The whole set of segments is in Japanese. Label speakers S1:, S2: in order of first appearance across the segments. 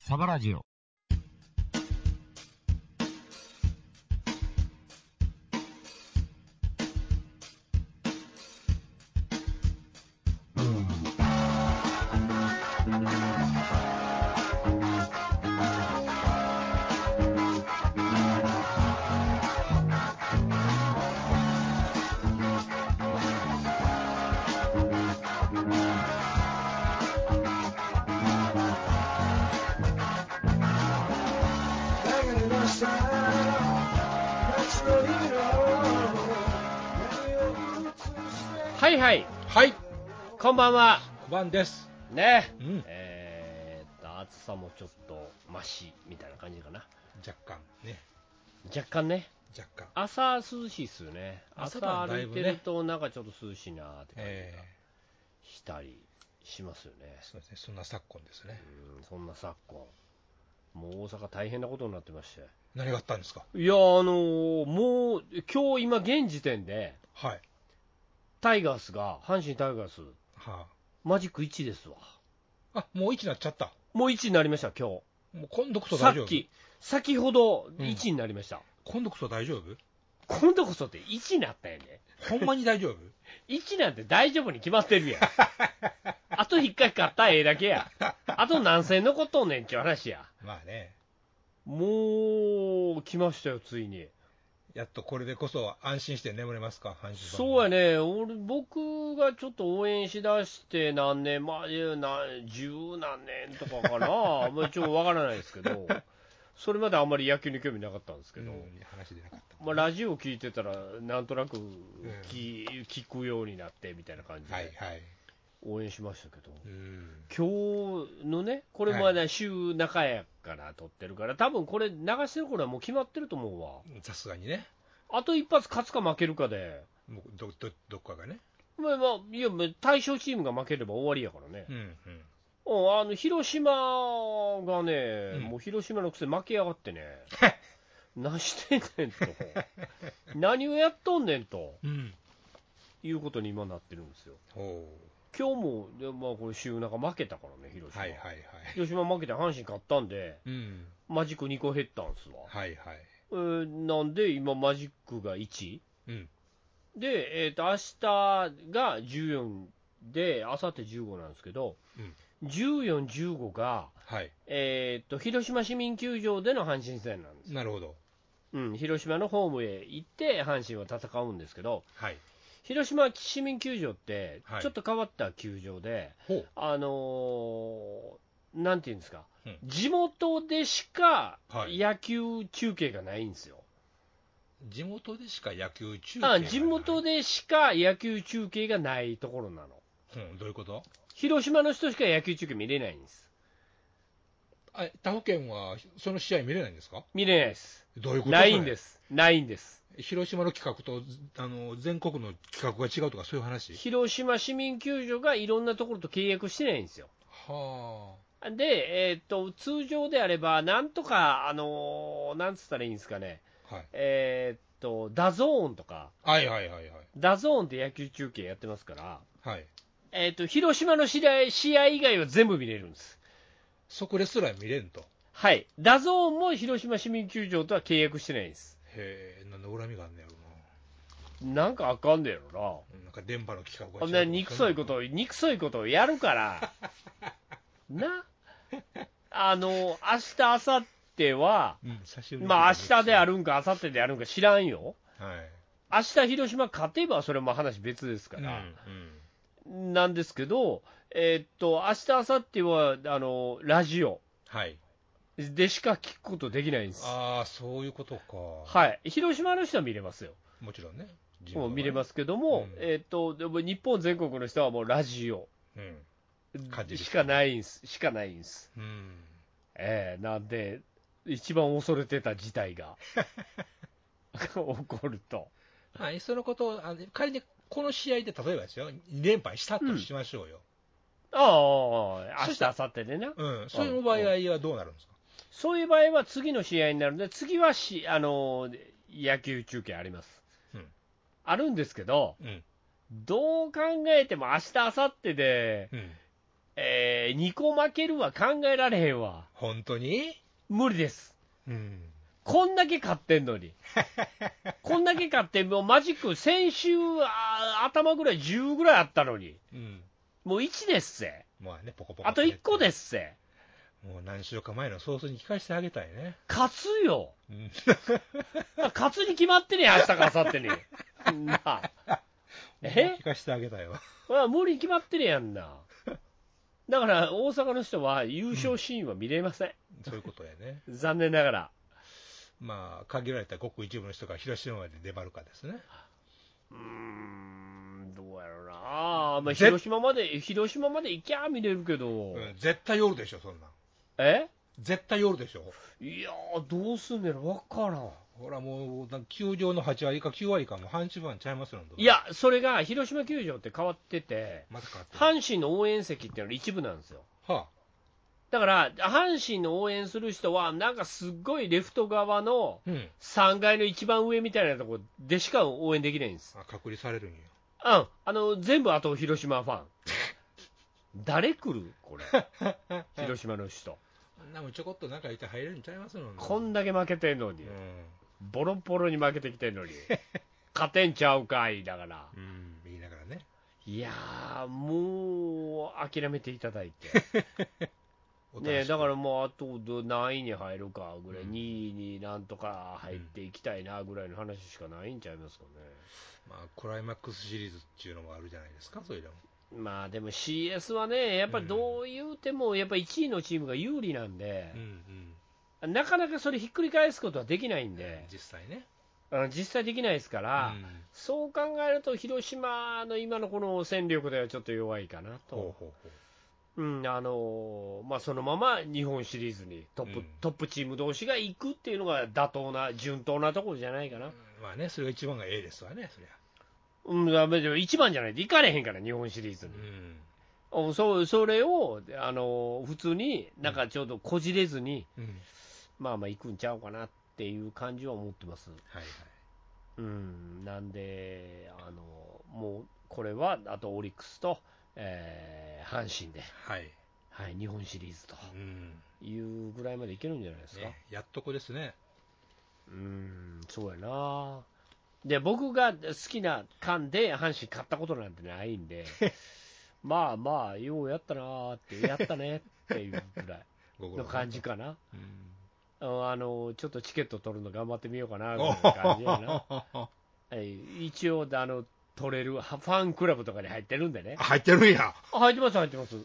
S1: サバラジオ。
S2: はいはい、
S3: はい、
S2: こんばんは。
S3: 5番です。
S2: ね。
S3: うん、
S2: えーっと、暑さもちょっとマシみたいな感じかな。
S3: 若干ね、
S2: 若干ね、
S3: 若干。
S2: 朝涼しいっすよね。
S3: 朝
S2: 朝
S3: 晩だ
S2: 歩
S3: い
S2: い
S3: ぶね
S2: てると、なんかちょっと涼しいなーって感
S3: え
S2: じがしたりしますよね
S3: ー、。そうですね、そんな昨今ですね。
S2: うん、そんな昨今。もう大阪大変なことになってまして。
S3: 何があったんですか
S2: いや、あのーもう、今日今現時点で、
S3: はい。
S2: タイガースが、阪神タイガース、
S3: は
S2: マジック1ですわ。
S3: あ、あ、もう1になっちゃった。
S2: もう1になりました、今日。
S3: もう今度こそ
S2: さ
S3: 大丈
S2: っ
S3: 夫。
S2: き、先ほど
S3: うん
S2: 1になりました。
S3: 今度こそ大丈夫
S2: 今度こそって1になったよね。
S3: ほんまに大丈夫
S2: 1なんて大丈夫に決まって るやん。あと1回勝ったらええだけや。あと何戦残っとんねんっていう話や。
S3: まあね、
S2: もう、来ましたよ、ついに。
S3: やっとこれでこそ安心して眠れますか、阪神ファン
S2: そうや
S3: ね。
S2: ね、俺、僕がちょっと応援しだして何年、まあ、いやな十何年とかかな。まあ、ちょっとわからないですけど、それまであんまり野球に興味なかったんですけど。
S3: うん話でなかったもん
S2: まあ、
S3: ね、
S2: ラジオ聞いてたら、なんとなく聞,、聞くようになってみたいな感じ
S3: はい
S2: で
S3: はい。
S2: 応援しましたけど、
S3: うん。
S2: 今日のね、これもね、週中やから撮ってるから、多分これ、流してる頃はもう決まってると思うわ、
S3: さすがにね、
S2: あと一発勝つか負けるかで、
S3: もうどどどっかがね。
S2: まあまあ、いやまあ対象チームが負ければ終わりやからね
S3: う、んうん。
S2: うんあの広島がね、
S3: うん
S2: もう広島のくせに負けやがってね、 何してんねんと、何をやっとんねんと。
S3: うん。
S2: いうことに今なってるんですよ。
S3: ほ
S2: 今日も、でまあ、これ、週中負けたからね、広
S3: う。
S2: 島。
S3: はいはいはい。
S2: 広島負けて阪神勝ったんで、
S3: うん。
S2: マジック2個減ったんすわ。
S3: はいはい。
S2: えーなんで、今、マジックが1。
S3: うん。
S2: で、えっ、と、明日が14で、明後日15なんですけど、
S3: うん
S2: 14、15が、
S3: はい。
S2: えっ、と、広島市民球場での阪神戦なんです。
S3: なるほど。
S2: うん、広島のホームへ行って、阪神は戦うんですけど、
S3: はい。
S2: 広島市民球場って
S3: は、い
S2: ちょっと変わった球場で、
S3: ほう。
S2: あのーなんていうんですか、
S3: うん
S2: 地元でしか
S3: はい
S2: 野球中継がないんですよ、
S3: 地元でしか野球中継がな
S2: あ
S3: い
S2: 地元、でしか野球中継がないところなの、
S3: うん、どういうこと
S2: 広島の人しか野球中継見れないんです、
S3: あ他府県はその試合見れないんですか
S2: 見れないです、
S3: どういうこと
S2: ないんですす、ないんです、
S3: 広島の企画とあの全国の企画が違うとかそういう話
S2: 広島市民球場がいろんなところと契約してないんですよ。
S3: は
S2: で、えーっと通常であれば、なんとか、あのーなんつったらいいんですかね、
S3: あ、はい、
S2: えーっと、ダゾーンとか、
S3: はいはいはいはい
S2: ダゾーンで野球中継やってますから、
S3: はい
S2: えー、と広島の試合試合以外は全部見れるんです、
S3: そこですら見れんと
S2: はい、ダゾーンも広島市民球場とは契約してないんです、
S3: へえ何の恨みがあんねやろ
S2: なんかあかんねやろ
S3: ななんか電波の企画
S2: な、
S3: が
S2: こ
S3: 違
S2: ん
S3: う
S2: な憎そいこととを、憎そいことをやる から、な、あの明日明後日は、
S3: うん久しぶりに
S2: まあ明日であるんか、明後日であるんか知らんよ、
S3: はい
S2: 明日広島勝てば、それも話別ですか
S3: うん、う
S2: ら。
S3: ん、
S2: なんですけど、えーっと明日明後日はあのラジオ
S3: はい
S2: でしか聞くことできないんです、
S3: ああそういうことか
S2: はい、広島の人は見れますよ、
S3: もちろんね、
S2: もう見れますすけども、
S3: うん
S2: えーっとでも日本全国の人はもうラジオ
S3: うん感じです
S2: しかないんす、しかないんです、
S3: うん、
S2: えーなんで、一番恐れてた事態 が起こると、
S3: はい、そのことをあの仮にこの試合で例えばですよ、2連敗したとしましょうよ、
S2: ああ、明
S3: そし
S2: 日明後日でな、
S3: うんそういう場合はどうなるんですか、
S2: そういう場合は次の試合になるので、次はしあの野球中継あります。
S3: うん
S2: あるんですけど、
S3: うん
S2: どう考えても明日明後日で
S3: うん、
S2: えー、2個負けるは考えられへんわ。
S3: 本当に
S2: 無理です。
S3: うん。
S2: こんだけ勝ってんの に。こんだけ勝って、もうマジック、先週あ、頭ぐらい10ぐらいあったのに。
S3: うん。
S2: もう1ですぜ。
S3: まあね、ポコポコ。。
S2: あと1個ですすぜ。
S3: もう何週間前のソースに聞かせてあげたいね。
S2: 勝つよ。
S3: うん。
S2: 勝つに決まってね、明日か明後日 に。なあ。え
S3: 聞かせてあげたいわ。
S2: まあ、無理に決まってるやん な。だから、大阪の人は優勝シーンは見れません。
S3: そういうことやね。
S2: 残念ながら。
S3: まあ、限られたごく一部の人が広島まで出張るかですね。
S2: うーん、どうやろうな。まあ、広島まで、広島まで行きゃ見れるけど。
S3: うん、絶対夜でしょ、そんなん。
S2: え
S3: 絶対夜でしょ。
S2: いやー、どうすんねやろ、わからん。
S3: ほら、もう、なんか球場の8割か9割かも半分ちゃいますよ、
S2: い、や、それが広島球場って変わってて、
S3: また変わってる
S2: 阪神の応援席っていうのが一部なんですよ。
S3: は
S2: だから、阪神の応援する人は、なんかすっごいレフト側の
S3: あ、うん。
S2: 3階の一番上みたいなとこでしか応援できないんです。
S3: あ隔離されるんよ。
S2: うん、あの全部あと広島ファン。誰来るこれ、 広島の人。
S3: あんなもんちょこっと中いて入れるんちゃいますの
S2: こんだけ負けてんのに
S3: う、ん。
S2: ボロボロに負けてきてんの に、勝てんちゃうかい、だから。
S3: うん、言いながらね。
S2: いやー、もう諦めていただい て、ね、だからもうあとど何位に入るかぐらい、
S3: うん
S2: 2位になんとか入っていきたいなぐらいの話しかないんちゃいますかね。
S3: まあ、クライマックスシリーズっていうのもあるじゃないですか、そういうのも。
S2: まあでも CS はね、やっぱりどういうても、やっぱ1位のチームが有利なんで
S3: うん、うん。
S2: なかなかそれひっくり返すことはできないんで、
S3: 実際ね。
S2: あの実際できないですから、
S3: うん
S2: そう考えると、広島の今のこの戦力ではちょっと弱いかなと。
S3: ほうほうほう。
S2: うんあのまあ、そのまま日本シリーズにトップ、
S3: うん
S2: トップチーム同士が行くっていうのが妥当な、順当なところじゃないかな、
S3: まあね、それが一番が A ですわね、そりゃ。
S2: うん、だめだよ一番じゃないと行かれへんから、日本シリーズ
S3: う
S2: に、
S3: ん。
S2: うん、そうそれを、あの普通になんかちょっとこじれずに、
S3: うん。
S2: まあまあ行くんちゃうかなっていう感じは思ってます、
S3: はいはい。
S2: うん、なんで、あのもうこれはあとオリックスと、えー阪神で、
S3: はい。
S2: はい、日本シリーズと
S3: うん。
S2: いうぐらいまでいけるんじゃないですか。
S3: ね、やっとこですね。
S2: うーん、そうやな。で、僕が好きな間で阪神買ったことなんてないんで、まあまあ、ようやったなーって、やったねっていうぐらい
S3: ご苦労
S2: の感じかな。
S3: うん。
S2: うんあのちょっとチケット取るの頑張ってみようかなぐらいの感じや なはい。一応、あの、取れる、はファンクラブとかに入ってるんでね。
S3: 入ってるんや。
S2: あ入ってます、入ってます。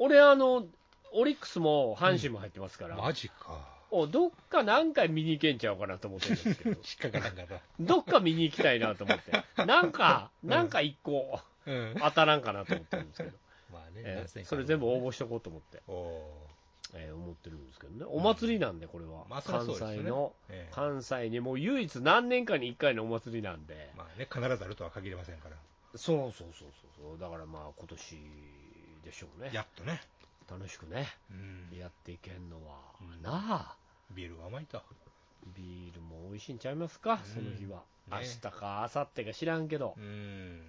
S2: 俺、あの、オリックスも阪神も入ってますから、
S3: マジか。
S2: おどっか何回見に行けんちゃうかなと思ってるんですけど。
S3: 引っかからんかな。
S2: どっか見に行きたいなと思って、なんか、なんか一個
S3: うん。
S2: 当たらんかなと思ってるん ですけど、
S3: まあね、
S2: え
S3: 何
S2: ー
S3: 千か
S2: それ全部応募しとこうと思って、
S3: おお
S2: えー思ってるんですけどね、お祭りなんで、これは
S3: まあ、そりゃ
S2: 関
S3: そうですよね
S2: 西の、
S3: ー。ええ
S2: 関西にもう唯一何年かに1回のお祭りなんで、
S3: まあね、必ずあるとは限りませんから。
S2: そうそうそうそう、だからまあ、今年でしょうね、
S3: やっとね。
S2: 楽しくね、
S3: うん。
S2: やっていけんのは
S3: うん、
S2: なあ、
S3: ビールが甘いと。
S2: ビールも美味しいんちゃいますか、その日は。
S3: うん
S2: 明
S3: ね
S2: 日か明後日か知らんけど
S3: う、ん。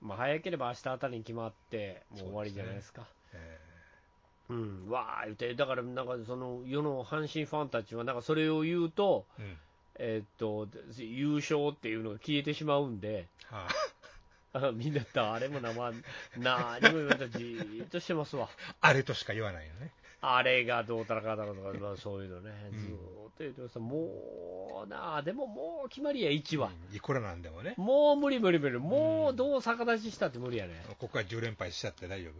S2: まあ、早ければ明日あたりに決まって、もう終わりじゃないですか。
S3: え
S2: うん、わー言うて、だからなんかその世の阪神ファンたちは、なんかそれを言うと、
S3: えうん。
S2: えーっと優勝っていうのが消えてしまうんで、
S3: はあ。
S2: あみんな誰も生、何も言われたじーっとしてますわ、
S3: あれとしか言わないよね。
S2: あれがどうたらかだろうとか、まあ、そういうのね、
S3: うん
S2: ずーっと言ってました、もうなあ、でももう決まりや、1は、
S3: うんいくらなんでもね。
S2: もう無理無理無理、もうどう逆立ちしたって無理やね、
S3: ここは10連敗しちゃって大丈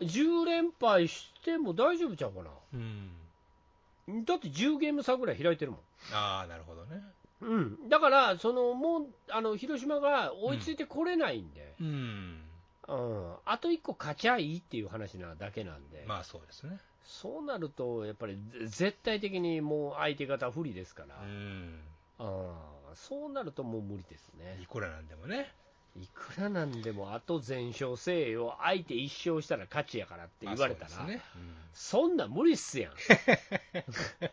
S2: 10連敗しても大丈夫ちゃうかな、
S3: 夫うん。
S2: だって10ゲーム差ぐらい開いてるもん。
S3: ああ、なるほどね。
S2: うん、だから、そのもうあの広島が追いついてこれないんで、
S3: うん。
S2: うんあと1個勝ちゃいいっていう話なだけなんで、
S3: まあそうですね。
S2: そうなると、やっぱりぜ絶対的にもう相手方不利ですから、
S3: うん。
S2: うんそうなるともう無理ですね
S3: い、くらなんでもね。
S2: いくらなんでも、あと全勝せえよ、相手一勝したら勝ちやからって言われたら、
S3: ま
S2: そ
S3: あそうですね。
S2: んなん無理っす やん、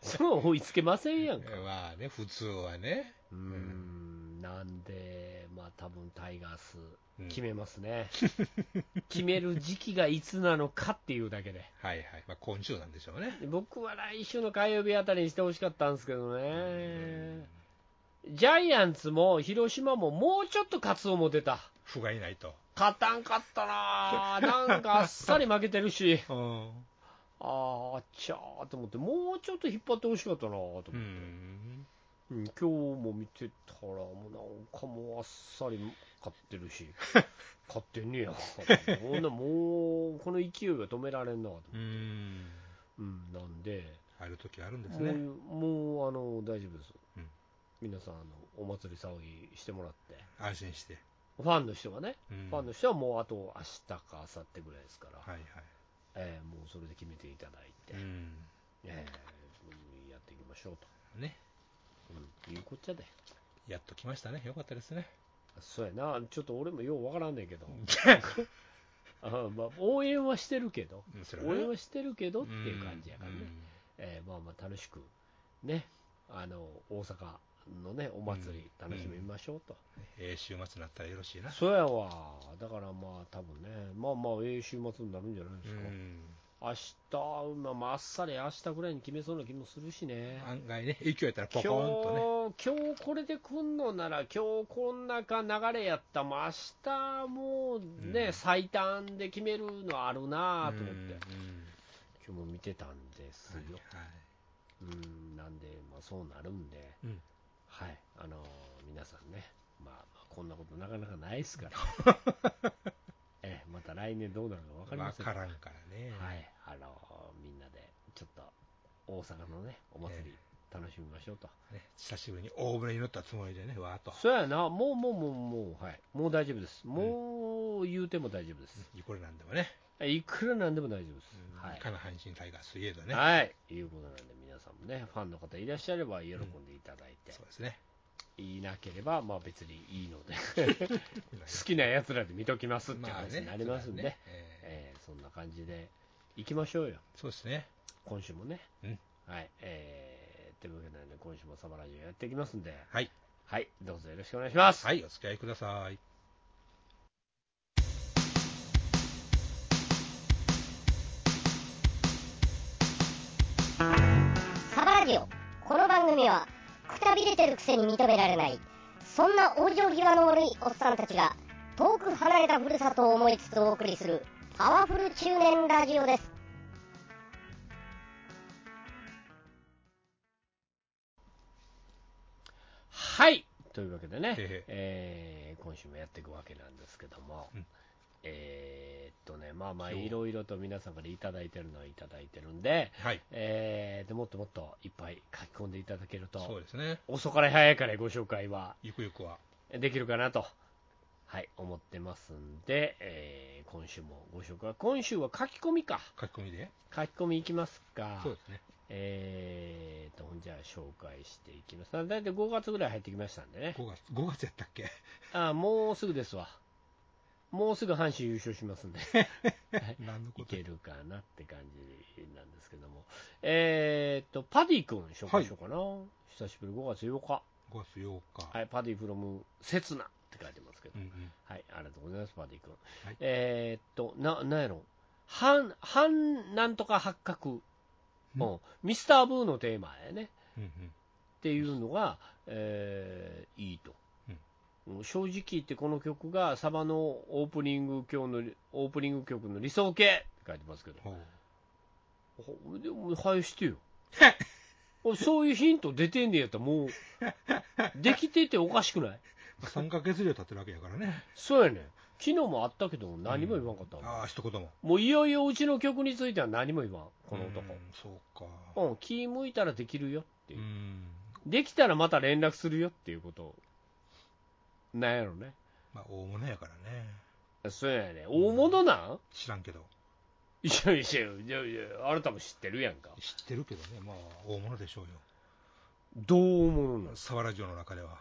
S2: そう追いつけませんやん
S3: うんまあね、普通はね。
S2: うーんなんで、まあ、は多分タイガース、決めますね、決める時期がいつなのかっていうだけで、
S3: はいはい。まあ、今週なんでしょうね。
S2: 僕は来週の火曜日あたりにしてほしかったんですけどね、ジャイアンツも広島ももうちょっと勝つ思ってた、
S3: 不甲斐ないと。
S2: 勝たんかったなぁ、なんかあっさり負けてる し、
S3: うん。
S2: あーあっちゃーと思って、もうちょっと引っ張ってほしかったなぁと思って、
S3: うん。
S2: うん今日も見てたら、もうなんかもうあっさり勝ってる し、勝ってんねや、ほんなもうこの勢いが止められんなと思って、
S3: うん。
S2: うん、なんで、
S3: ある時あるんです
S2: も
S3: ね。
S2: うもうあの大丈夫です、
S3: うん
S2: 皆さんあの、お祭り騒ぎしてもらって、
S3: 安心して。
S2: ファンの人がね、
S3: うん
S2: ファンの人はもうあと明日か明後日ぐらいですから、
S3: はいはい。
S2: ええもうそれで決めていただいて、
S3: うん。
S2: ええやっていきましょうと、
S3: ね。
S2: うん、いうこっちゃで。
S3: やっと来ましたね。よかったですね。
S2: そうやな、ちょっと俺もようわからんねんけど、 あまあ、応援はしてるけど、
S3: うんそ
S2: 応援
S3: ね
S2: はしてるけどっていう感じやからね、
S3: うん
S2: えーまあまあ楽しく、ね、あの大阪のね、お祭り、
S3: うん
S2: 楽しみましょうと、
S3: ええ週末になったらよろしいな。
S2: そうやわ、だからまあ、多分ね、まあまあ、ええ週末になるんじゃないですか、
S3: ん。
S2: 明日、まあまあ、あっさり明日ぐらいに決めそうな気もするしね。
S3: 案外ね、勢いやったらポ
S2: 今日
S3: コーンとね。
S2: 今日これで来んのなら、今日こんなか流れやった、もう明日もうね、
S3: うん
S2: 最短で決めるのあるなと思って、
S3: うんうん
S2: 今日も見てたんですよ、
S3: はい
S2: うん、なんで、まあ、そうなるんで、
S3: うん
S2: はい、あのー皆さんね、まあ、まあこんなことなかなかないですから、 ええまた来年どうなるか分かりま
S3: わ
S2: せん
S3: からんからね。
S2: はい、あのーみんなでちょっと大阪のね、お祭り、楽しみましょうと。
S3: ね久しぶりに大船に乗ったつもりでね、わーっと。
S2: そうやな、もうもうもうもう、はい、もう大丈夫です。もう言うても大丈夫です。
S3: いくらなんでもね。
S2: いくらなんでも大丈夫です。
S3: は。
S2: はいい
S3: かな阪神タイガースいえどね。
S2: はい、いうことなんで、皆さんもね、ファンの方いらっしゃれば喜んでいただいて、
S3: そうですね。
S2: いなければ、まあ別にいいので、
S3: 好
S2: 好きなやつらで見ときますって話になりますんで、
S3: え
S2: えーそんな感じでいきましょうよ、
S3: ーそうですね。
S2: 今週もね。
S3: うん
S2: はい、えー、というわけなんで、今週もサバラジオやっていきますんで、
S3: はい。
S2: はい、どうぞよろしくお願いします。
S3: はい、お付き合いください。
S1: サバラジオこの番組はくたびれてるくせに認められないそんな往生際の悪いおっさんたちが遠く離れたふるさとを思いつつお送りするパワフル中年ラジオです
S2: はい、というわけでね、
S3: へへ
S2: えー今週もやっていくわけなんですけども、
S3: うん
S2: えーっとね、まあまあ、
S3: そう
S2: いろいろと皆さんからいただいてるのはいただいてるんで、
S3: はい。
S2: えーでもっともっといっぱい書き込んでいただける
S3: そう
S2: と、
S3: ですね。
S2: 遅かれ早いからご紹介は
S3: ゆくゆくは。
S2: できるかなと。はい、思ってますんで、えー今週もご紹介。今週は書き込みか。
S3: 書き込みで。
S2: 書き込みいきますか。
S3: そうですね。
S2: えーと、ほんじゃあ紹介していきます。だいたい5月ぐらい入ってきましたんでね。
S3: 5月、5月やったっけ
S2: あもうすぐですわ。もうすぐ阪神優勝しますんで、
S3: 何のこ
S2: い
S3: と
S2: けるかなって感じなんですけども。えーっと、パディ君紹介しようかな。久しぶり、5月8日。
S3: ?5 月8日。
S2: はい、パディフロム、セツナって書いてますけど
S3: う。んうん。
S2: はい、ありがとうございます、パディ君。
S3: はい
S2: えーっと、な、なんやろ。半、半、なんとか発覚。
S3: うん
S2: うんミスターブーのテーマやね。
S3: うんうん。
S2: っていうのが、えーいいと、もう正直言ってこの曲がサバのオープニング今日のリオープニング曲の理想形って書いてますけど
S3: ほう。
S2: ほでも返して よおそういうヒント出てんねやったらもうできてておかしくない
S3: まあ3ヶ月以上経ってるわけやからね。
S2: そうやねん昨日もあったけど何も言わんかったわ、
S3: ああ、一言も。
S2: もういよいようちの曲については何も言わんこの
S3: う
S2: 男
S3: んそうか。
S2: うん、気向いたらできるよって
S3: う
S2: いう、
S3: ん。
S2: できたらまた連絡するよっていうことをなんやろね
S3: まあ、大物やからね。
S2: そうやね。大物なん、
S3: 知らんけど。
S2: いやいやいやいや、あなたも知ってるやんか。
S3: 知ってるけどね。まあ、大物でしょうよ。
S2: どう思うの
S3: サワラジオの中では。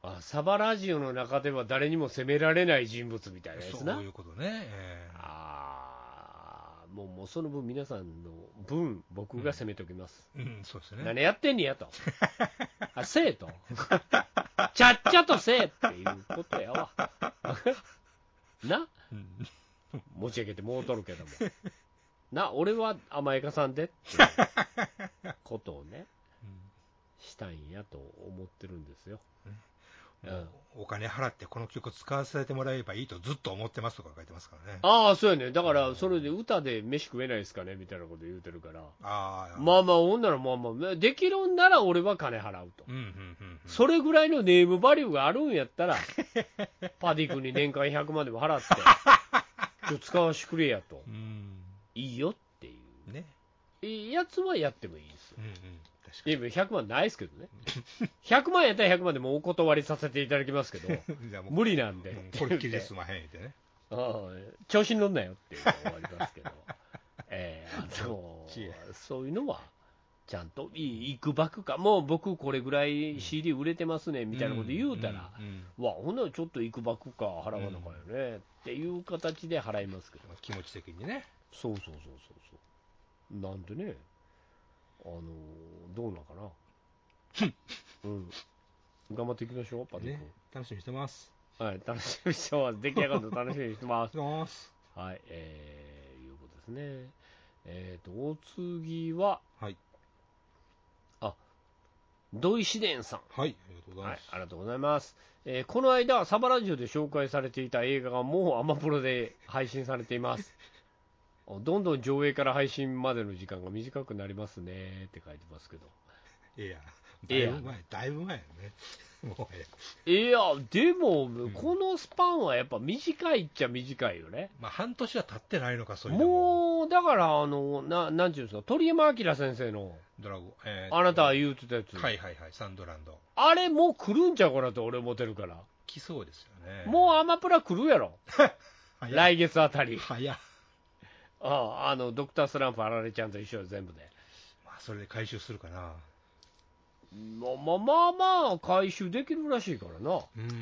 S2: あ、サバラジオの中では誰にも責められない人物みたいなやつ
S3: そ
S2: な
S3: うい。うことね。ええ
S2: あもうもうその分、皆さんの分、僕が攻めておきます。
S3: うん、そうですね。
S2: 何やってんねや と。あせえと。ちゃっちゃとせえっていうことやわ。 な
S3: うん
S2: 持ち上げてもうとるけ ども。な、俺は甘えかさんでっていうことを ね、したいんやと思ってるんですよ。
S3: うんもうお金払ってこの曲使わせてもらえばいいとずっと思ってますとか書いてますからね。
S2: ああ、そうやね。だから、それで歌で飯食えないですかねみたいなこと言うてるから。
S3: ああ、
S2: まあまあ、ほんならまあまあ、できるんなら俺は金払うと。
S3: うんうんうんうん。
S2: それぐらいのネームバリューがあるんやった ら、パディ君に年間100万でも払って、ちょっと使わしてくれやと
S3: う。ん。
S2: いいよってい
S3: ね。
S2: う。いいやつはやってもいいですよ。
S3: うんうん。確か
S2: いや、100万ないですけどね。100万やったら100万でもお断りさせていただきますけど、
S3: に。じゃあもう
S2: 無理なんで
S3: もうこれっきりですまへんってね。
S2: ああ調子に乗んなよっていうのは終わりますけど、 ええあの
S3: そっちへ
S2: そういうのは、ちゃんといいいくばくか、もう僕、これぐらい CD 売れてますねみたいなこと言うたら、
S3: んん
S2: わほんならちょっといくばくか、払わなあかんよね、っていう形で払いますけど、
S3: 気持ち的にね。
S2: そうそうそうそうそう、なんでね、あのどうなんかな、うん、頑張っていきましょう、パディ
S3: ね
S2: 君、。
S3: 楽しみにしてます。
S2: はい、楽しみにしてます、出来上がるの楽しみにしてます
S3: し。てます。
S2: はい、えー、いうことですね。えー、と、お次は、
S3: はい。
S2: 土井紫伝さん。
S3: はい。ありがとうござい
S2: は
S3: ま
S2: い
S3: す、。
S2: ありがとうございます。えーこの間、サバラジオで紹介されていた映画がもうアマプロで配信されてい ます。おどんどん上映から配信までの時間が短くなりますねって書いてますけど。
S3: いや、
S2: ええ
S3: だ
S2: や
S3: い
S2: ん
S3: ぶ前、だいぶ前やね。もうええ
S2: いや、でも、
S3: ん
S2: このスパンはやっぱ短いっちゃ短いよね。
S3: まあ、半年は経ってないのか、そういうのも
S2: もう、だから、あの、な、なんていうんですか、鳥山明先生の、
S3: ドラゴン、えー
S2: あなたが言うてたやつ。
S3: はいはいはい、サンドランド。
S2: あれもう来るんちゃうかなと俺思ってるから。
S3: 来そうですよね。
S2: もうアマプラ来るやろ。
S3: 早い
S2: 来月あたり。
S3: 早い
S2: あああの、ドクタースランプ、あられちゃんと一緒全部で。
S3: まあ、それで回収するかな。
S2: まあまあまあまあ、回収できるらしいからな。
S3: うーん。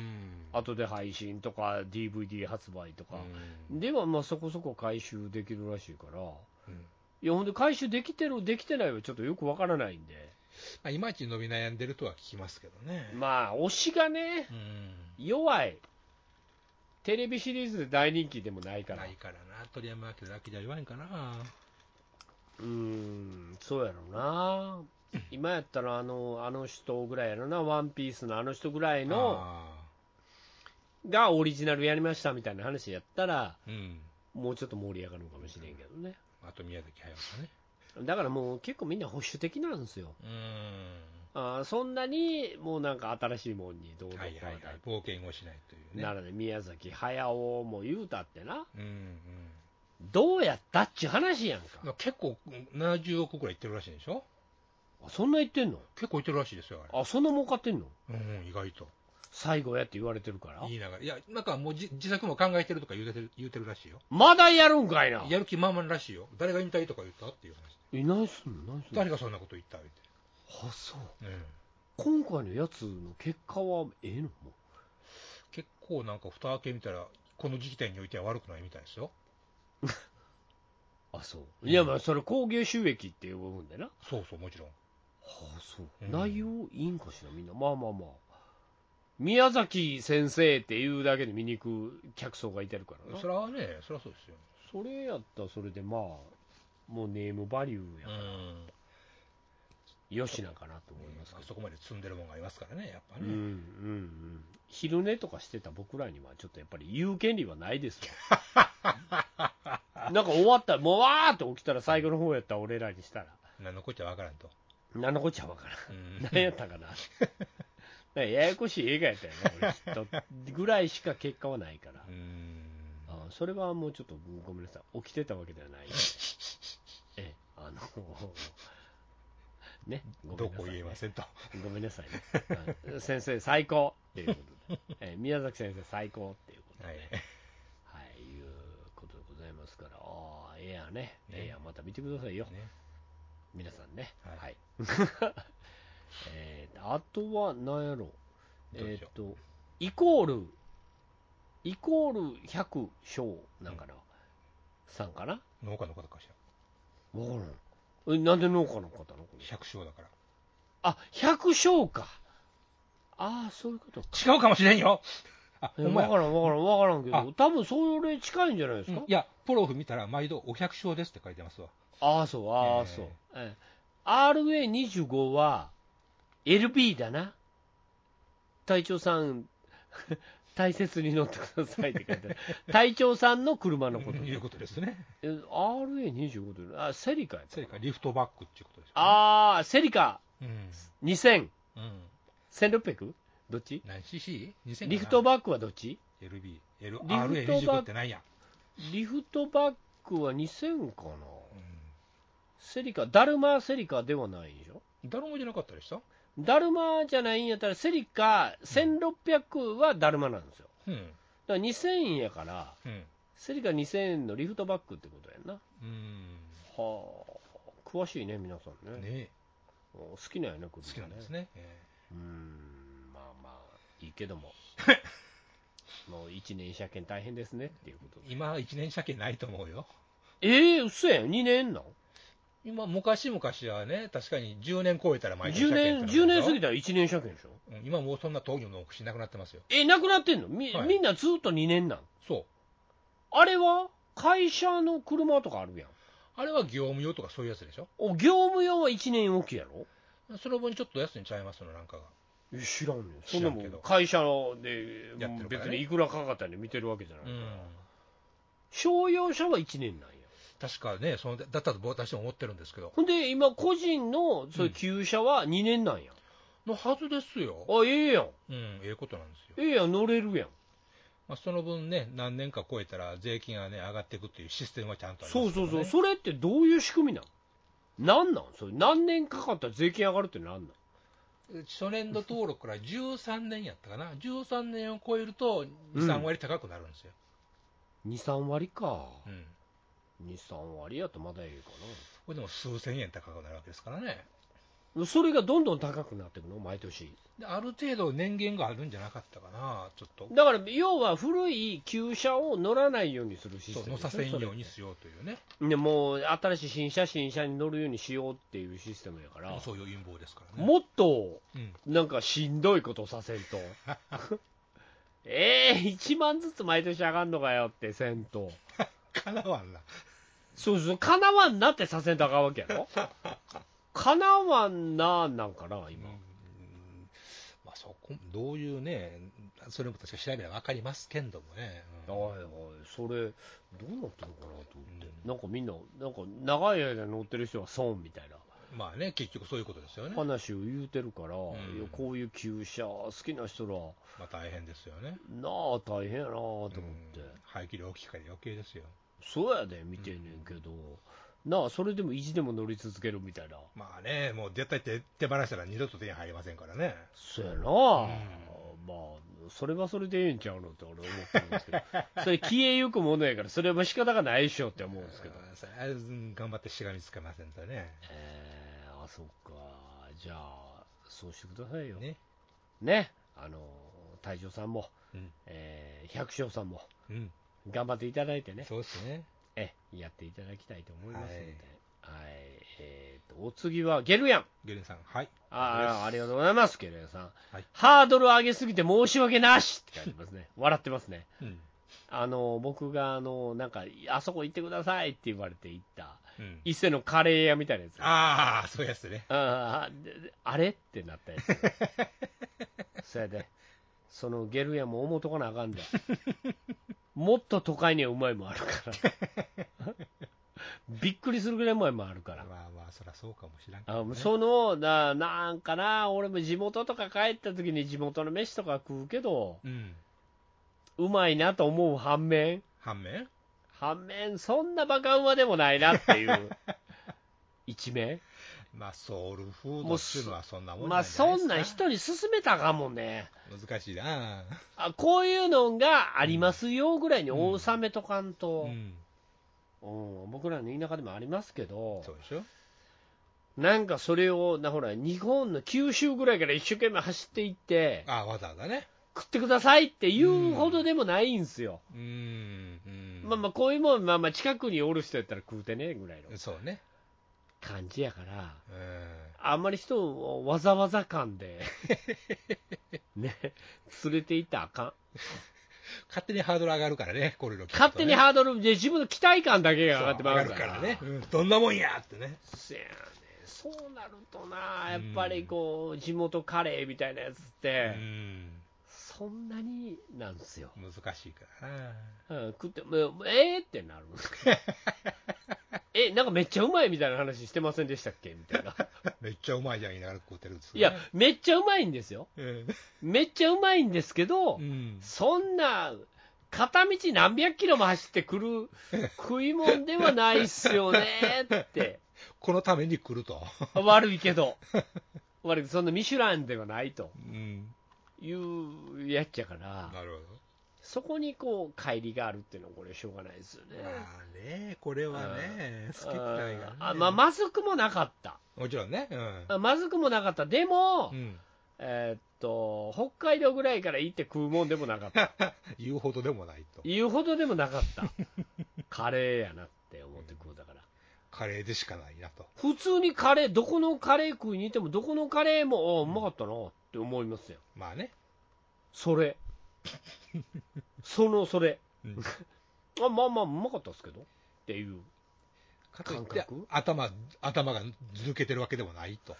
S2: 後で配信とか DVD 発売と
S3: う
S2: か。
S3: ん
S2: では、まあそこそこ回収できるらしいから。
S3: うん
S2: いや、ほんで回収できてる、できてないはちょっとよくわからないんで。
S3: まあ、いまいち伸び悩んでるとは聞きますけどね。
S2: まあ、推しがね、
S3: うん。
S2: 弱い。テレビシリーズで大人気でもないから
S3: ない。からな、鳥山明だけじゃ弱いんかな。
S2: うーん、そうやろな、今やったらあのあの人ぐらいやろな、ワンピースのあの人ぐらいの
S3: あ
S2: がオリジナルやりましたみたいな話やったら、
S3: ーうん。
S2: もうちょっと盛り上がるのかもしれんけどね、
S3: あと宮崎駿さんね。
S2: だからもう結構みんな保守的なんですよ、
S3: う
S2: あーそんなにもうなんか新しいもんにどうど
S3: ん。
S2: う
S3: はいはいはい。冒険をしないというね。
S2: ならね、宮崎駿も言うたってな、
S3: うんうん。
S2: どうやったっちゅう話やんか、
S3: まあ結構、70億くらいいってるらしいでしょ
S2: あそんな言ってんの
S3: 結構いってるらしいですよ、あれ。
S2: あ、そんな儲かってんの
S3: うん、意外と。
S2: 最後やって言われてるから、
S3: 言いながら。いや、なんかもうじ自作も考えてるとか言うてる言うてるらしいよ。
S2: まだやるんかいな。
S3: やる気満々らしいよ。誰が引退とか言ったっていう話。
S2: え、何すんの何すんの
S3: 誰がそんなこと言った言う
S2: あ、そう。
S3: て。うん。
S2: 今回のやつの結果はええのもう
S3: 結構なんか蓋開け見たら、この時期点においては悪くないみたいですよ。
S2: あ、そう。いや、まあ、それ、興行収益っていう部分でな。
S3: そうそう、もちろん。
S2: あ、そう。
S3: うん
S2: 内容いいんかしら、みんな。まあまあまあ。宮崎先生っていうだけで見に行く客層がいてるからな。
S3: それはね、それはそうですよ。
S2: それやったらそれで、まあ、もうネームバリューや。
S3: ん。
S2: よしなんかなと思います
S3: あ
S2: けど。
S3: そこまで積んでるもんがありますからね、やっぱ
S2: うん、
S3: ね。
S2: うん、うん。昼寝とかしてた僕らには、ちょっとやっぱり言う権利はないです わ。なんか終わったら、もうわーって起きたら最後の方やったら俺らにしたら。
S3: 何のこっちゃわからんと。
S2: 何のこっちゃわからん。
S3: うん
S2: 何やったかな。なんかややこしい映画やったよね、俺きっと。ぐらいしか結果はないから。
S3: うん。
S2: あそれはもうちょっとごめんなさい。起きてたわけではない。ええ、あの、 ね、ごめ
S3: ど
S2: んな
S3: こ
S2: さい、
S3: 言えません と。
S2: ごめんなさいね。うん先生最高っていうこと で、ええ宮崎先生最高っていうことで、
S3: は
S2: はいい、。いうことでございますから、ああ、ええやね、ええやん、また見てくださいよ。
S3: ね
S2: 皆さんね。
S3: は
S2: はいい。 えーあとは何やろ
S3: どうで
S2: え
S3: しょ
S2: ー
S3: う
S2: っと、イコール、イコール100章なんかな、さんかな
S3: 農家の方かしら。
S2: わからんえなんで農家の方なのこれ
S3: 百姓だから。
S2: あ百姓かああそういうことか
S3: 違うかもしれんよ。あ、
S2: え
S3: ほ
S2: わ
S3: ん
S2: か
S3: まや。
S2: らんわからんわからんけ
S3: あ
S2: ど多分それ近いんじゃないですか、
S3: うんいや、ポロフ見たら、毎度お百姓ですって書いてますわ。
S2: ああそうああそう、ええ RA25 は LB だな隊長さん 大切に乗ってくださいって書いてあ る隊長さんの車のこと
S3: いうことですね。
S2: え RA25 というのあセリカやった
S3: そ
S2: か
S3: れ
S2: な
S3: からリフトバックっていうことですよ、ね。
S2: ああセリカ
S3: うん。
S2: 2000
S3: うん。
S2: 1600どっち
S3: 何 CC?2000
S2: リフトバックはどっち
S3: LB。
S2: リフトバ
S3: LRA25 って何や。
S2: リフトバックは2000かな
S3: うん。
S2: セリカダルマセリカではないでしょ
S3: 誰もじゃなかったでした
S2: ダルマじゃないんやったらセリカ1600はダルマなんですよ
S3: うん。
S2: だから2000やから
S3: うん。
S2: セリカ2000のリフトバックってことやんなは
S3: うん。
S2: あ詳しいね皆さんね
S3: ね
S2: お好きなんやね好
S3: 好きなんですね。え
S2: うーんまあまあいいけど ももう1年車検大変ですねっていうこと
S3: え今、一年車検ないと思うよ。
S2: ええー、嘘やん2年なの
S3: 今、昔々はね、確かに10年超えたら毎年
S2: 10
S3: 車
S2: 年
S3: 検って
S2: 10
S3: なる
S2: 年
S3: でしょ
S2: 過ぎたら1年車検でしょ
S3: うん今もうそんな東業の口なくなってますよ。
S2: えなくなってんのみ,、
S3: はい
S2: みんなずっと2年なん
S3: そう。
S2: あれは会社の車とかあるやん
S3: あれは業務用とかそういうやつでしょ
S2: お業務用は1年おきやろ
S3: その分ちょっと安いんちゃいますの、なんかが。
S2: え知らんねんそ
S3: 知
S2: んな
S3: らん
S2: も
S3: けど
S2: ん会社で
S3: やってるからね
S2: 別にいくらかかったんで見てるわけじゃないか
S3: う
S2: ら、
S3: ん。
S2: 商用車は1年なんや
S3: 確かね、そのだったと私も思ってるんですけど。
S2: ほんで今個人のそういう旧車は2年なんや、
S3: のはずですよ。
S2: あええやん
S3: うん、ええことなんですよ。
S2: ええやん乗れるやん
S3: まあ、その分ね、何年か超えたら税金がね、上がっていくっていうシステムはちゃんとありま
S2: そう
S3: す
S2: そ
S3: から
S2: うそう、
S3: ね
S2: それってどういう仕組みなんなんなんそれ何年かかったら税金上がるってなんなん
S3: 初年度登録から13年やったかな。13年を超えると、
S2: うん
S3: 2、3割高くなるんですよ。
S2: 23割か
S3: うん。
S2: 23割やとまだええか
S3: これでも数千円高くなるわけですからね。
S2: なそれがどんどん高くなっていくの毎年
S3: である程度年限があるんじゃなかったかな、ちょっと。
S2: だから要は古い旧車を乗らないようにするシス
S3: そ
S2: テ
S3: う、
S2: ム
S3: 乗
S2: で
S3: さ
S2: す
S3: せ
S2: ね
S3: んように
S2: そ
S3: しようというね。
S2: れでもう新しい新車新車に乗るようにしようっていうシステムやから
S3: そういう陰謀ですからね。
S2: もっと
S3: うん、
S2: なんかしんどいことさせん とええ1万ずつ毎年上がんのかよってせんと
S3: かなわんな。
S2: そうそう、かなわんなってさせんとあかんわけや ろかなわんななんかな、今。
S3: うんまあ、そこ、どういうね、それも確か調べれば分かりますけんどもね。うん
S2: はいはい、それ、どうなってるのかなと思って、なんかみんな、なんか長い間乗ってる人は損みたいな
S3: まあね、結局そういうことですよね。ま
S2: 話を言うてるから、
S3: ん
S2: いやこういう旧車、好きな人ら、
S3: あ大変ですよね。
S2: なあ、大変やなあと思って、
S3: うん排気量大きいから余計ですよ。
S2: そうやで、見てんねんけど、なあ、それでも意地でも乗り続けるみたいな、
S3: まあね、もう絶対手手放したら二度と手に入りませんからね。
S2: そうやなあ、まあ、それはそれでええんちゃうのって俺思ってるんですけど、 それ消えゆくものやから、それは仕方がないっしょって思うんですけど、
S3: うんそれあれうん頑張ってしがみつけませんとね。
S2: えー、あ、そっか、じゃあ、そうしてくださいよ。ね、
S3: ね。
S2: あの、大将さんも、
S3: うん
S2: えー百姓さんも、
S3: うん。
S2: 頑張っていただいてね、
S3: そうですね。
S2: えやっていただきたいと思いますので、はい、えーと、お次はゲルヤン。
S3: ゲレンさん、はい。
S2: ああありがとうございます、ゲルヤンさん、
S3: はい
S2: ハードル上げすぎて申し訳なしって書いてますね。笑ってますね。
S3: うん。
S2: あの僕があのなんかあそこ行ってくださいって言われて行った
S3: うん、
S2: 伊勢のカレー屋みたいなやつ
S3: ああ、そういうやつね。
S2: あーでであれってなったやつ そやでそのゲル屋も思うとかなあかんでもっと都会にはうまいもんあるから びっくりするぐらいうまいもんあるから
S3: まあまあ、そりゃそうかもしらんけ
S2: あ
S3: どね
S2: そのななんかな俺も地元とか帰った時に地元の飯とか食うけど
S3: うん。
S2: うまいなと思う反面
S3: 反面
S2: 反面、そんなバカ馬でもないなっていう 一面、
S3: まあ、ソウルフードっていうのはそんなもん
S2: まあ
S3: じゃな
S2: そ
S3: いです
S2: ん
S3: か
S2: なん人に勧めたらあかんもんね
S3: 難しいなあ
S2: あ、こういうのがありますよぐらいに収めとかん
S3: う
S2: と、う
S3: ん。
S2: ん僕らの田舎でもありますけど、
S3: そうでしょ
S2: なんかそれをな、ほら、日本の九州ぐらいから一生懸命走っていって、
S3: ああ、わざわざね。
S2: 食ってくださいって言うほどでもないんですよ、
S3: うーん。うん
S2: まあまあ、こういうもん、まあまあ、近くにおる人やったら食うてね、ぐらいの
S3: そうね。
S2: 感じやから、
S3: うん。
S2: あんまり人をわざわざ感 で、ね、連れて行ったらあかん。
S3: 勝手にハードル上がるからね、これの、
S2: 勝手に
S3: ー
S2: ハードルで自分の期待感だけが上がって
S3: 上
S2: ま
S3: が
S2: う
S3: る
S2: か
S3: かららね。うんどんなもんやってね。
S2: せやねそうなるとな、やっぱりこう、地元カレーみたいなやつっ
S3: う
S2: て、
S3: ん。
S2: そんなになんですよ。
S3: 難しいからな。
S2: うん、食って、もうえーってなる。え、なんかめっちゃうまいみたいな話してませんでしたっけみたい な。
S3: めっちゃうまいじゃん、言いながら食うてるんです
S2: いや、めっちゃうまいんですよ。
S3: うん。
S2: めっちゃうまいんですけど、
S3: うん
S2: そんな、片道何百キロも走ってくる食い物ではないっすよね って、
S3: このために来ると。
S2: 悪いけど、悪いそんなミシュランではないと
S3: うん。
S2: いうやっちゃから、
S3: なるほど。
S2: そこにこう、乖離があるっていうのは、これ、しょうがないですよね。
S3: まあね、これはね、好き嫌いがね。
S2: あまあ、まずくもなかった、
S3: もちろんね。うん。
S2: あまずくもなかった、でも、
S3: うん
S2: えーっと、北海道ぐらいから行って食うもんでもなかった、
S3: 言うほどでもないと。
S2: 言うほどでもなか った、カレーやなって思って食うだから。
S3: カレーでしかないなと。
S2: 普通にカレー、どこのカレー食いに行っても、どこのカレーも、ああ、うまかったなって思いますよ。
S3: まあね。
S2: それ。 その、それ。
S3: うん
S2: あ、まあまあ、うまかったですけど。っていう。
S3: かといっ
S2: 感
S3: て
S2: 覚
S3: 頭、頭が抜けてるわけでもないと。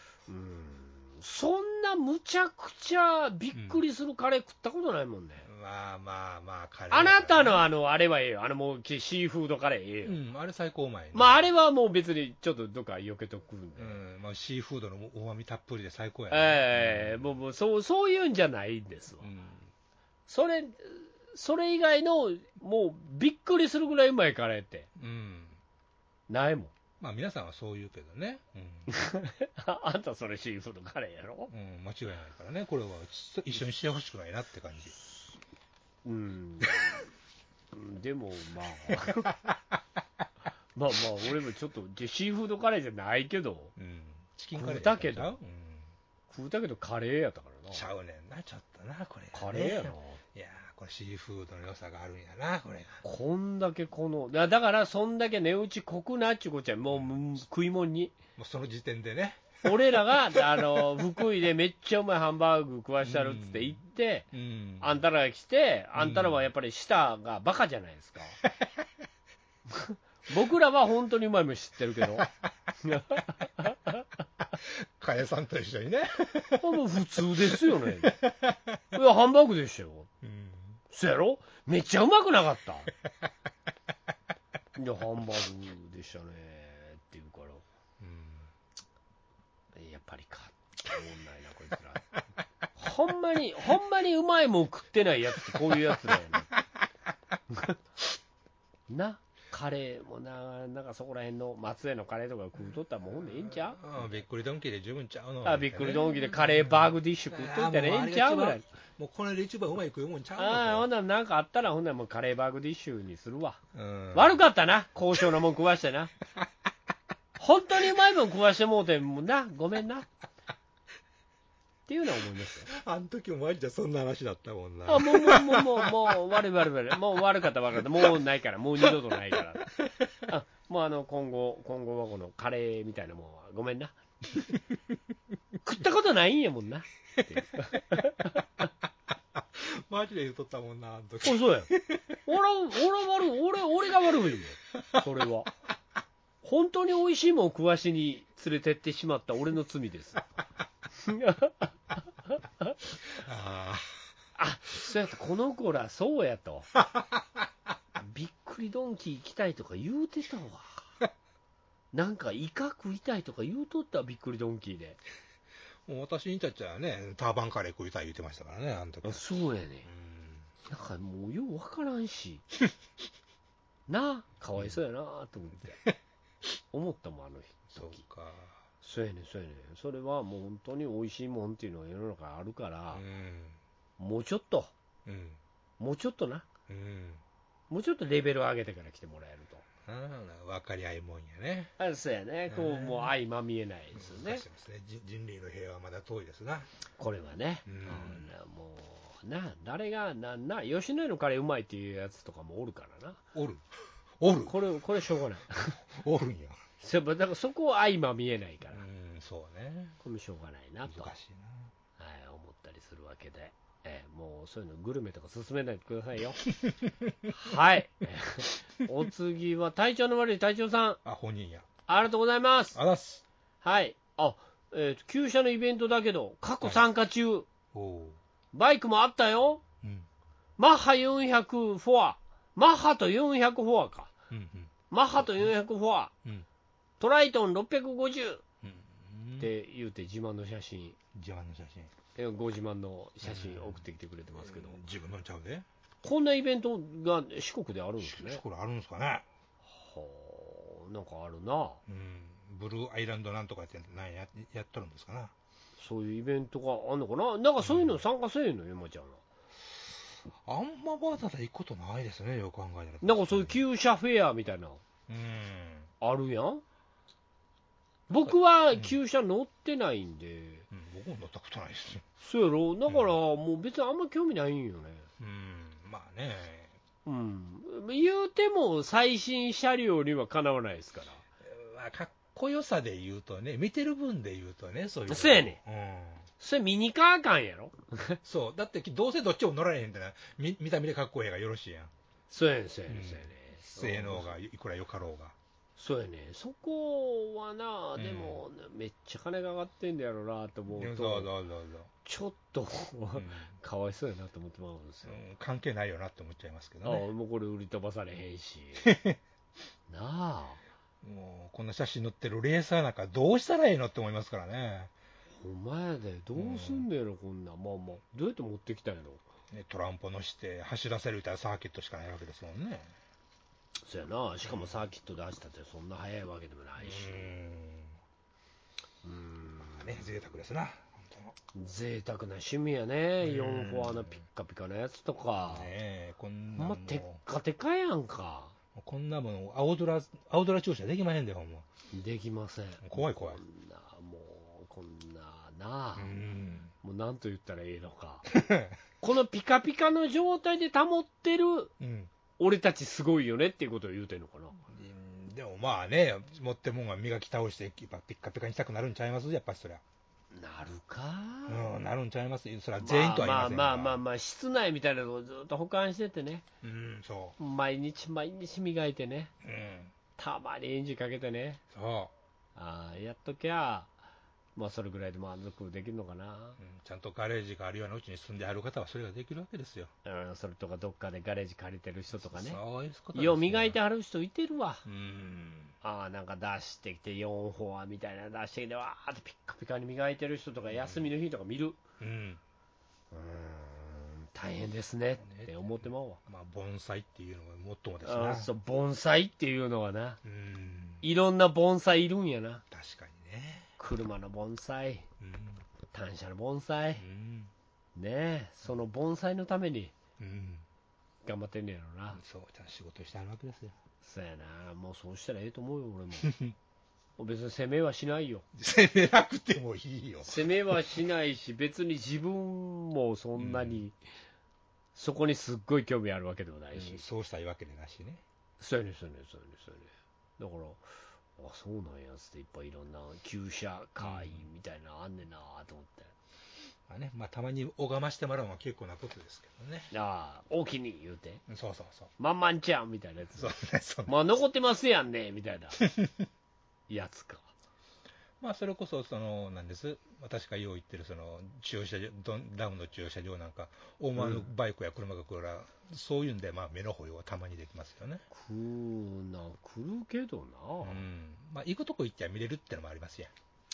S2: そんなむちゃくちゃびっくりするカレー食ったことないもんね。
S3: まあまあまあ、カレー
S2: あ
S3: だからね
S2: なたのあの、あれはええよ。あの、もう、シーフードカレーええよ。
S3: うん、あれ最高うまいね、
S2: まあ、あれはもう別に、ちょっとどっか避けとくんで。
S3: うん、まあ、シーフードのうまみたっぷりで最高やね。
S2: ええもう、もう、そう、そういうんじゃないんですわ
S3: う。ん
S2: それ、それ以外の、もうびっくりするぐらいうまいカレーって、
S3: うん。
S2: ないもん。
S3: まあ、皆さんはそう言うけどね。うん。
S2: ああんたそれシーフードカレーやろ
S3: うん、間違いないからね。これはちょっと一緒にしてほしくないなって感じ。
S2: うん。でも、まあ。 まあまあ、俺もちょっと、じゃシーフードカレーじゃないけど、
S3: うん。チキンカレー
S2: 食うたけど
S3: ちゃう
S2: 食うたけどカレーやったか
S3: う
S2: ら
S3: ん。
S2: な。
S3: ちゃうねんな、ちょっとな、これ、
S2: カレーやな。
S3: いやーこれシーフードの良さがあるんやな、これが。
S2: こんだけこの、だだから、そんだけ値打ち濃くなっちゅうこっちゃ、もううん食い物に。
S3: もうその時点でね。
S2: 俺らが、あの、福井でめっちゃうまいハンバーグ食わしたるっつって行って、
S3: うん
S2: あんたらが来て、あんたらはやっぱり舌がバカじゃないですか。僕らは本当にうまいもん知ってるけど、
S3: カレーさんと一緒にね。
S2: もう普通ですよね。いや、ハンバーグでしたよ。
S3: うん。
S2: そやろめっちゃうまくなかった。いや、ハンバーグでしたね。っていうから、
S3: うん
S2: やっぱりか。おもんないな、こいつら。ほんまに、ほんまにうまいもん食ってないやつってこういうやつだよね。な、カレーもな、なんかそこら辺の松江のカレーとか食うとったらもうほんでええんちゃう
S3: ああびっくりドンキーで十分ちゃうの。
S2: あびっくりドンキーでカレーバーグディッシュ食っといたらええんちゃうぐらい。
S3: もうこれで一番うまい食うもんちゃう
S2: ああ、ほん
S3: の
S2: ならなんかあったらほんならもうカレーバーグディッシュにするわ。
S3: うん
S2: 悪かったな、高尚なもん食わしてな。 本当にうまいもん食わしてもうてんもんな、ごめんな。っていうのは思いますよ。
S3: あん時もマジでそんな話だったもんな。
S2: あ、もう、もう、もう、もう、もう、悪い悪い悪い。もう悪かった悪かった。もうないから、もう二度とないから。あもうあの、今後、今後はこのカレーみたいなもんは、ごめん な。食ったことないんやもんな。
S3: マジで言うとったもんな、あん時。
S2: おそうや。俺は、俺は悪い、俺、俺が悪いんよ。それは。本当に美味しいもん食わしに連れてってしまった俺の罪です。
S3: あ
S2: あそうやった、この子ら、そうやと。びっくりドンキー行きたいとか言うてたわ。なんか、イカ食いたいとか言うとったわびっくりドンキーで。
S3: あ。もう私にたちはね、ターバンカレー食いたい言ってましたからね、あん時。
S2: そうやね。
S3: うん
S2: なんかもうようわからんし。なあ、かわいそうやなと思って。思ったもん、あの日。
S3: そうか。
S2: そうやねんそうやねんそれはもう本当に美味しいもんっていうのが世の中あるか
S3: う
S2: ら、
S3: ん。
S2: もうちょっと、
S3: うん。
S2: もうちょっとな。
S3: うん。
S2: もうちょっとレベルを上げてから来てもらえると。
S3: ああ、分かり合いもんやね。
S2: あそうやね、こう、
S3: うん
S2: もう相まみえないですよ
S3: 難
S2: ね
S3: しい、ですね。人人類の平和はまだ遠いですな。
S2: これはね、
S3: うん
S2: うんもな、誰が、な、な、吉野家のカレーうまいっていうやつとかもおるからな。
S3: おる。おる。
S2: これ、これしょうがない。
S3: おるんや。
S2: そうだからそこは相ま見えないから、
S3: うん、そうね。
S2: これもしょうがないな
S3: 難
S2: と、はい、
S3: しい
S2: 思ったりするわけで、えーもうそういうのグルメとか勧めないでください よ。はい。 お次は体調の悪い隊長さん、
S3: な。あ、本人や。
S2: ありがとうございます。
S3: あざっす。
S2: はい。あ、えー、旧車のイベントだけど、過去参加中、
S3: おお。
S2: バイクもあったよ。
S3: うん。
S2: マッハ400フォア。マッハと400フォアか。
S3: うんうん。
S2: マッハと400フォア。
S3: うん
S2: トライトン650っ
S3: うん。、
S2: て言うて自慢の写真。
S3: 自慢の写真。
S2: えご自慢の写真送ってきてくれてますけど、
S3: 自分のちゃうで。
S2: こんなイベントが四国であるんですね
S3: し。これあるんですかね。
S2: はあ、なんかあるな、
S3: うん。ブルーアイランドなんとかやって、なんや、やっとるんですかな。
S2: そういうイベントがあるのかな、なんかそういうの参加せえへんの、エマちゃんは。
S3: あんまわざわざ行くことないですね、よく考えたら。
S2: なんかそういう旧車フェアみたいな、
S3: うん。
S2: あるやん。僕は旧車乗ってないんで、
S3: うん、僕も乗ったことないです。
S2: そうやろ、だからもう別にあんま興味ないんよね。
S3: うん、まあね、
S2: うん、言うても最新車両にはかなわないですから。
S3: まあ、かっこよさで言うとね、見てる分で言うとね、そういう。
S2: そうやね
S3: ね。
S2: それミニカー感やろ
S3: うん。そう、だってどうせどっちも乗られへんってな、見見た目でかっこええがよろしいやん。
S2: そうやねん、そうやねん、そうやねん。
S3: 性能がいくらよかろうが。
S2: そうやね、そこはな、
S3: うん
S2: でも、めっちゃ金が上がってんだやろうなと思
S3: そう
S2: う
S3: そ
S2: と、
S3: うそうそう。
S2: ちょっと
S3: うん
S2: かわいそうやなと思ってまうんですよ。
S3: うん関係ないよなって思っちゃいますけ
S2: あ
S3: どね。
S2: もうこれ売り飛ばされへんし。 なあ、
S3: もう、こんな写真載ってるレーサーなんかどうしたらええのって思いますからね。
S2: お前でどうすんねやろ、こんなん。まあまあ、どうやって持ってきたんやろ。
S3: ねトランポ乗して走らせる言ったらサーキットしかないわけですもんね。
S2: そうやな、しかもサーキットで走ったってそんな速いわけでもないし。うん、
S3: ね、贅沢ですな。本当の
S2: 贅沢な趣味やね、4フォアのピッカピカのやつとか。
S3: ねえ、こん
S2: ほ
S3: なん
S2: ま
S3: もん
S2: テッカテカやんか。
S3: こんなもん、青空、青空駐車できまへんで、ほんま。
S2: できません。
S3: 怖い怖い
S2: こ。んな、もう、こんななあ、
S3: うん。
S2: もうなんと言ったらええのか。このピカピカの状態で保ってる
S3: うん。
S2: 俺たちすごいよねっていうことを言うてんのかな。
S3: でもまあね、持ってもんが磨き倒して、やっぱピッカピカにしたくなるんちゃいますやっぱりそりゃ。
S2: なるか。
S3: うん、なるんちゃいますそりゃ全員とは言いません
S2: まあまあまあ
S3: ま
S2: まあ、室内みたいなのをずっと保管しててね、
S3: あ。うん、そ
S2: 毎日毎日磨いてね、
S3: う。うん。
S2: たまにエンジンかけてね、
S3: そ
S2: ああやっときゃ、まあそれぐらいで満足できるのかな。
S3: う。うんちゃんとガレージがあるようなうちに住んである方はそれができるわけですよ。
S2: うん、それとかどっかでガレージ借りてる人とかね。
S3: そういうことです
S2: よう磨いて。はる人いてるわ。
S3: うん。
S2: ああ、なんか出してきて、4フォアみたいなの出してきて、わーってピッカピカに磨いてる人とか、休みの日とか見る。
S3: うん。
S2: うーん、大変ですねって思ってまうわ。
S3: まあ、盆栽っていうのがもっともです
S2: あ
S3: な
S2: あそう、盆栽っていうのはな、
S3: うん。
S2: いろんな盆栽いるんやな。
S3: 確かにね。
S2: 車の盆栽、
S3: うん。
S2: 単車の盆栽、
S3: うん。
S2: ねえ、その盆栽のために
S3: うん。
S2: 頑張ってんねやろな。
S3: そう、ちゃんと仕事してあるわけです よ。
S2: そやな、もうそうしたらええと思うよ、俺 も。別に責めはしないよ。
S3: 責めなくてもいいよ。
S2: 責めはしないし、別に自分もそんなに、そこにすっごい興味あるわけでもないし、
S3: そうしたいわけでなしね。
S2: そうやねん、そうやねん、そうやねん、そうやねん。だから、あ、そうなんやつって、いっぱいいろんな旧車会みたいなのあんねんなと思って、
S3: まあね、まあたまに拝ましてもらうのは結構なことですけどね。
S2: ああ、大きに言うて、
S3: そうそうそう。
S2: まんまんちゃんみたいなやつ
S3: そう、ね、そうね。
S2: まあ、残ってますやんね、みたい なやつか。
S3: まあそれこそ、その、なんです。私がよう言ってる、その、駐車場、ドンダムの駐車場なんか、思わぬバイクや車が来るから、そういうんで、まあ目の保養はたまにできますよね。
S2: 来るな、来るけど
S3: う
S2: な。
S3: ん。まあ行くとこ行っちゃ見れるってのもありますやん。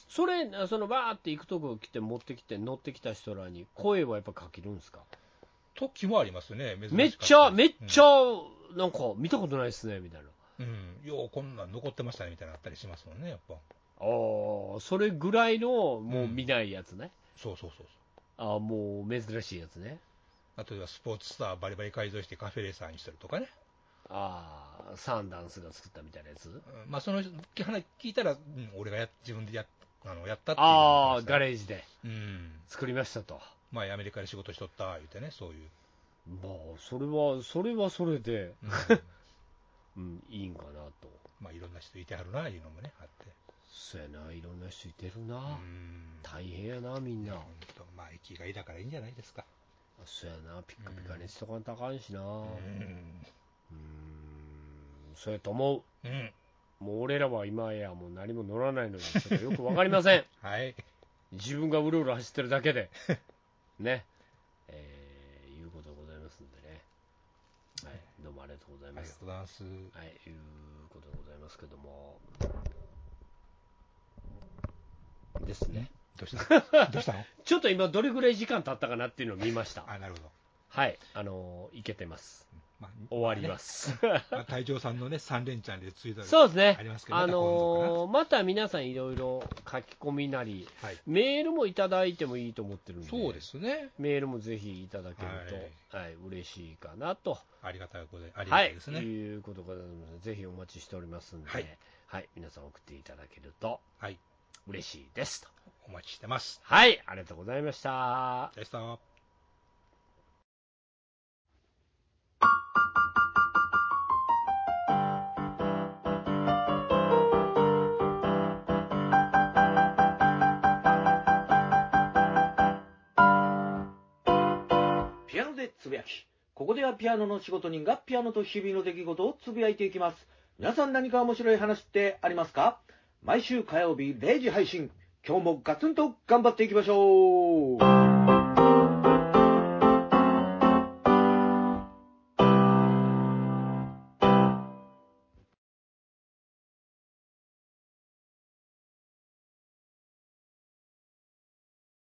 S2: それ、そのバーって行くとこ来て、持ってきて、乗ってきた人らに、声はやっぱかけるんですか
S3: 時もありますね、珍しかた
S2: めっちゃ、めっちゃ、なんか、見たことないっすね、みたいな。
S3: うん。うん。よう、こんなん残ってましたね、みたいなのあったりしますもんね、やっぱ。
S2: ああ、それぐらいの、もう見ないやつね。
S3: そうそうそうそう。
S2: ああ、もう珍しいやつね。
S3: あとではスポーツスターバリバリ改造してカフェレーサーにしてるとかね。
S2: ああ、サンダンスが作ったみたいなやつ。
S3: うんまあ、その人話聞いたら、うん俺がや自分でやあのやったっていうの
S2: あ
S3: を
S2: あ、
S3: 話した
S2: ガレージで
S3: うん。
S2: 作りましたと。
S3: 前アメリカで仕事しとった、言うてね、そういう。
S2: まあ、それは、それはそれで、
S3: うん
S2: うん、いいんかなと。
S3: まあいろんな人いてはるな、いうのもね、あって。
S2: そやな、いろんな人いてる
S3: う
S2: な。
S3: ん。
S2: 大変やな、みんな。
S3: ほんとまあ、生きがいいだからいいんじゃないですか。
S2: そやな、ピッカピカにしとかんとあかんしな。
S3: う。
S2: うんーん、そうやと思
S3: うん。
S2: う。もう俺らは今やもう何も乗らないので、ちょっとよくわかりませ ん。
S3: はい。
S2: 自分がうろうろ走ってるだけで、ね、えーいうことでございますんでね。はい、どうもありがとうござい
S3: あ
S2: ま
S3: りが
S2: す
S3: と。うございます。
S2: はい、いうことでございますけども。ですね。
S3: どうしたどう したの
S2: ちょっと今、どれぐらい時間経ったかなっていうのを見ました。
S3: あ、なるほど。
S2: はい、あのーいけてます。
S3: まあ、。
S2: 終わりますす。
S3: まあ、太上さんのね、三連チャンでツイート
S2: そうです
S3: あり
S2: ね
S3: ます。けどね
S2: あのーまた皆さんいろいろ書き込みなり、
S3: はい。
S2: メールもいただいてもいいと思ってるんで、
S3: そうですね。
S2: メールもぜひいただけると、はい、嬉しいかなと。
S3: ありがたいことで、ありが
S2: は
S3: たい
S2: い
S3: です、ね。
S2: いうことでございますのでぜひお待ちしておりますんで、は
S3: はいい、
S2: 皆さん送っていただけると
S3: はい。
S2: 嬉しいですと。
S3: お待ちしてます。
S2: はい、ありがとうございました。
S3: でした。
S4: ピアノでつぶやき。ここではピアノの仕事人がピアノと日々の出来事をつぶやいていきます。皆さん何か面白い話ってありますか毎週火曜日0時配信。今日もガツンと頑張っていきましょう